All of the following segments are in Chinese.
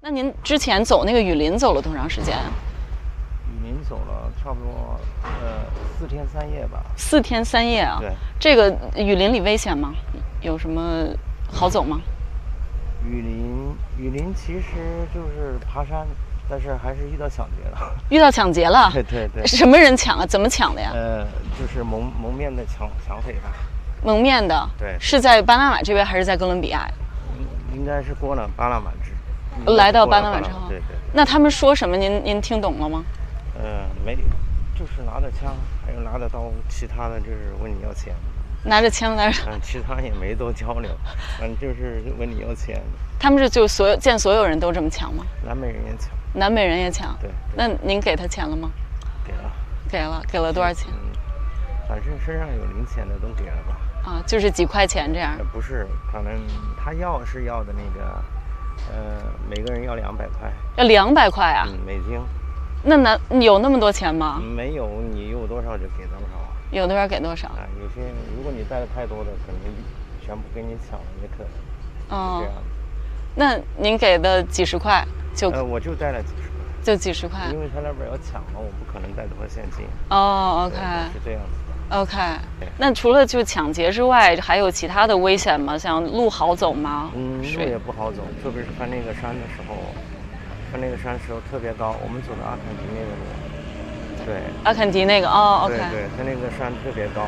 您之前走那个雨林走了多长时间？啊雨林走了差不多呃四天三夜吧。四天三夜啊。对。这个雨林里危险吗？有什么好走吗？雨林雨林其实就是爬山，但是还是遇到抢劫 了。遇到抢劫了？对对对。什么人抢啊？怎么抢的呀？ 呃，就是蒙蒙面的抢抢匪吧，蒙面的。对是在巴拿马这边还是在哥伦比亚呀？应应该是过了巴拿马之，应该嗯是来到嗯过了巴拿马之后，对对。那他们说什么？您您听懂了吗？嗯，没，就是拿着枪，还有拿着刀，其他的就是问你要钱，拿着枪来，嗯，其他也没多交流，嗯，就是问你要钱，他们是就所有见所有人都这么抢吗？南美人也抢，南美人也抢。对那您给他钱了吗？给了，给了，给了多少钱？嗯，反正身上有零钱的都给了吧，啊，就是几块钱这样呃，。不是，反正他要是要的那个，呃，每个人要两百块，要两百块啊？嗯，美金，那南有那么多钱吗？没有你有多少就给多少啊，有多少给多少？啊，有些如果你带的太多的，可能全部给你抢了，也可能是嗯这，样的，那您给的几十块就、嗯呃，我就带了几十块。就几十块。因为他那边要抢嘛，我不可能带多少现金。哦对，OK 是这样子的。 OK 对。哎那除了就抢劫之外，还有其他的危险吗？像路好走吗？嗯，路水也不好走，特别是翻那个山的时候，翻那个山的时候特别高。我们走的阿坎迪那个路，对阿肯迪那个哦，OK，对对，它那个山特别高，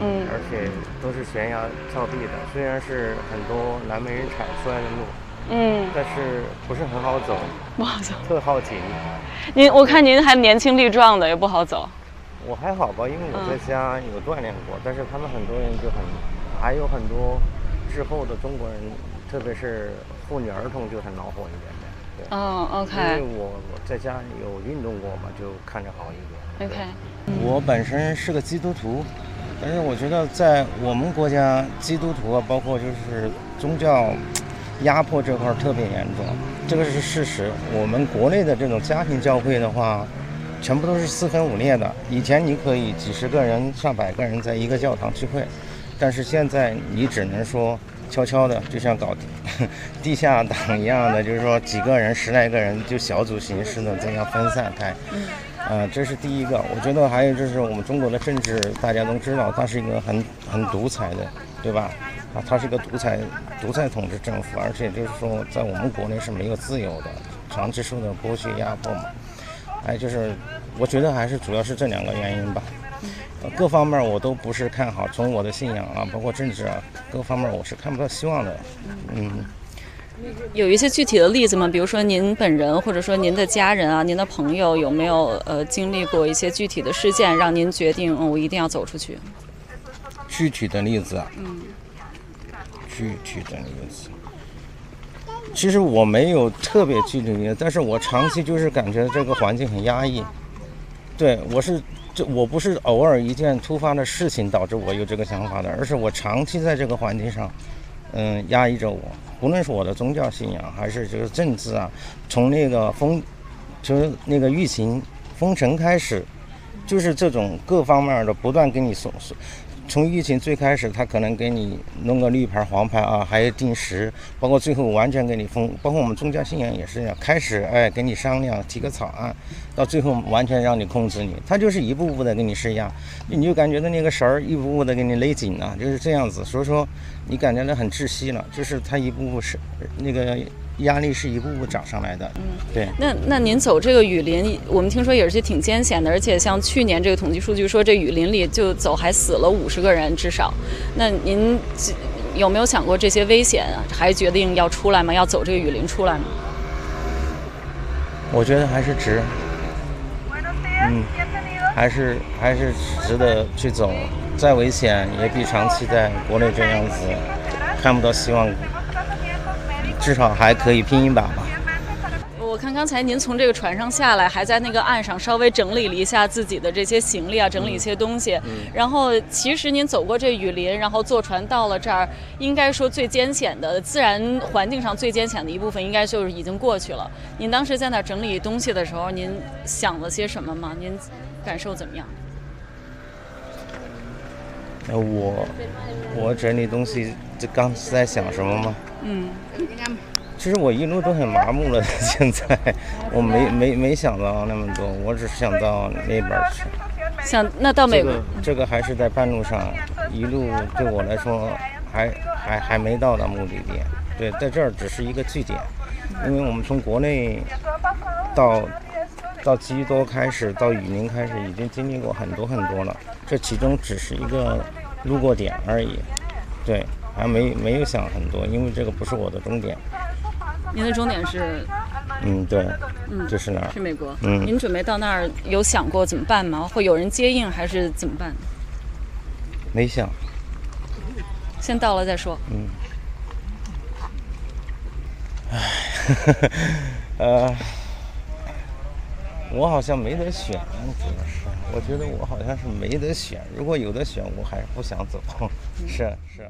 嗯，而且都是悬崖峭壁的。虽然是很多南美人踩出来的路，嗯，但是不是很好走，不好走。特好骑。您我看您还年轻力壮的，也不好走。我还好吧，因为我嗯在家有锻炼过，但是他们很多人就很，还有很多滞后的中国人，特别是妇女儿童就很恼火一点的。对，嗯因为，OK 我我在家有运动过嘛，就看着好一点。对 OK，我本身是个基督徒，但是我觉得在我们国家，基督徒啊，包括就是宗教压迫这块儿特别严重，这个是事实。我们国内的这种家庭教会的话，全部都是四分五裂的。以前你可以几十个人、上百个人在一个教堂聚会，但是现在你只能说悄悄的，就像搞地 下党一样的，就是说几个人、十来个人就小组形式的这样分散开。呃，这是第一个。我觉得还有就是我们中国的政治，大家都知道，它是一个很很独裁的，对吧？啊，它是一个独裁独裁统治政府，而且就是说，在我们国内是没有自由的，长期受到剥削压迫嘛。哎，就是我觉得还是主要是这两个原因吧。呃各方面我都不是看好，从我的信仰啊，包括政治啊，各方面我是看不到希望的。嗯，有一些具体的例子吗？比如说您本人，或者说您的家人啊，您的朋友有没有呃经历过一些具体的事件，让您决定、嗯、我一定要走出去？具体的例子啊，具体的例子，其实我没有特别具体的例子，但是我长期就是感觉这个环境很压抑。对我是这，我不是偶尔一件突发的事情导致我有这个想法的，而是我长期在这个环境上，嗯，压抑着我。无论是我的宗教信仰，还是就是政治啊，从那个封，就是那个疫情封城开始，就是这种各方面的不断给你送送。从疫情最开始，他可能给你弄个绿牌、黄牌啊，还有定时，包括最后完全给你封，包括我们宗教信仰也是这样，开始哎跟你商量提个草案，到最后完全让你控制你，他就是一步步的给你施压，你就感觉到那个绳儿一步步的给你勒紧了、就是这样子，所以说你感觉到很窒息了，就是他一步步是那个压力是一步步涨上来的，对。那那您走这个雨林，我们听说也是挺艰险的，而且像去年这个统计数据说，这雨林里就走还死了五十个人至少。那您有没有想过这些危险啊？还决定要出来吗？要走这个雨林出来吗？我觉得还是值，嗯，还是还是值得去走，啊再危险也比长期在国内这样子看不到希望，至少还可以拼一把吧。我看刚才您从这个船上下来，还在那个岸上稍微整理了一下自己的这些行李啊，整理一些东西。嗯然后其实您走过这雨林，然后坐船到了这儿，应该说最艰险的自然环境上最艰险的一部分，应该就是已经过去了。您当时在那儿整理东西的时候，您想了些什么吗？您感受怎么样？呃，我我整理东西，这刚是在想什么吗？嗯，其实我一路都很麻木了， 现在我没没没想到那么多，我只是想到那边去。想那到美这国，个这个还是在半路上，一路对我来说还还还没到达目的地。对，在这儿只是一个据点，因为我们从国内到到基多开始，到雨林开始，已经经历过很多很多了。这其中只是一个路过点而已，对，还没没有想很多，因为这个不是我的终点。您的终点是嗯，对，这是哪儿是？美国。嗯您准备到那儿有想过怎么办吗？会有人接应还是怎么办？没想，先到了再说。呃，我好像没得选，主要是 我觉得我好像是没得选。如果有得选，我还是不想走。是是。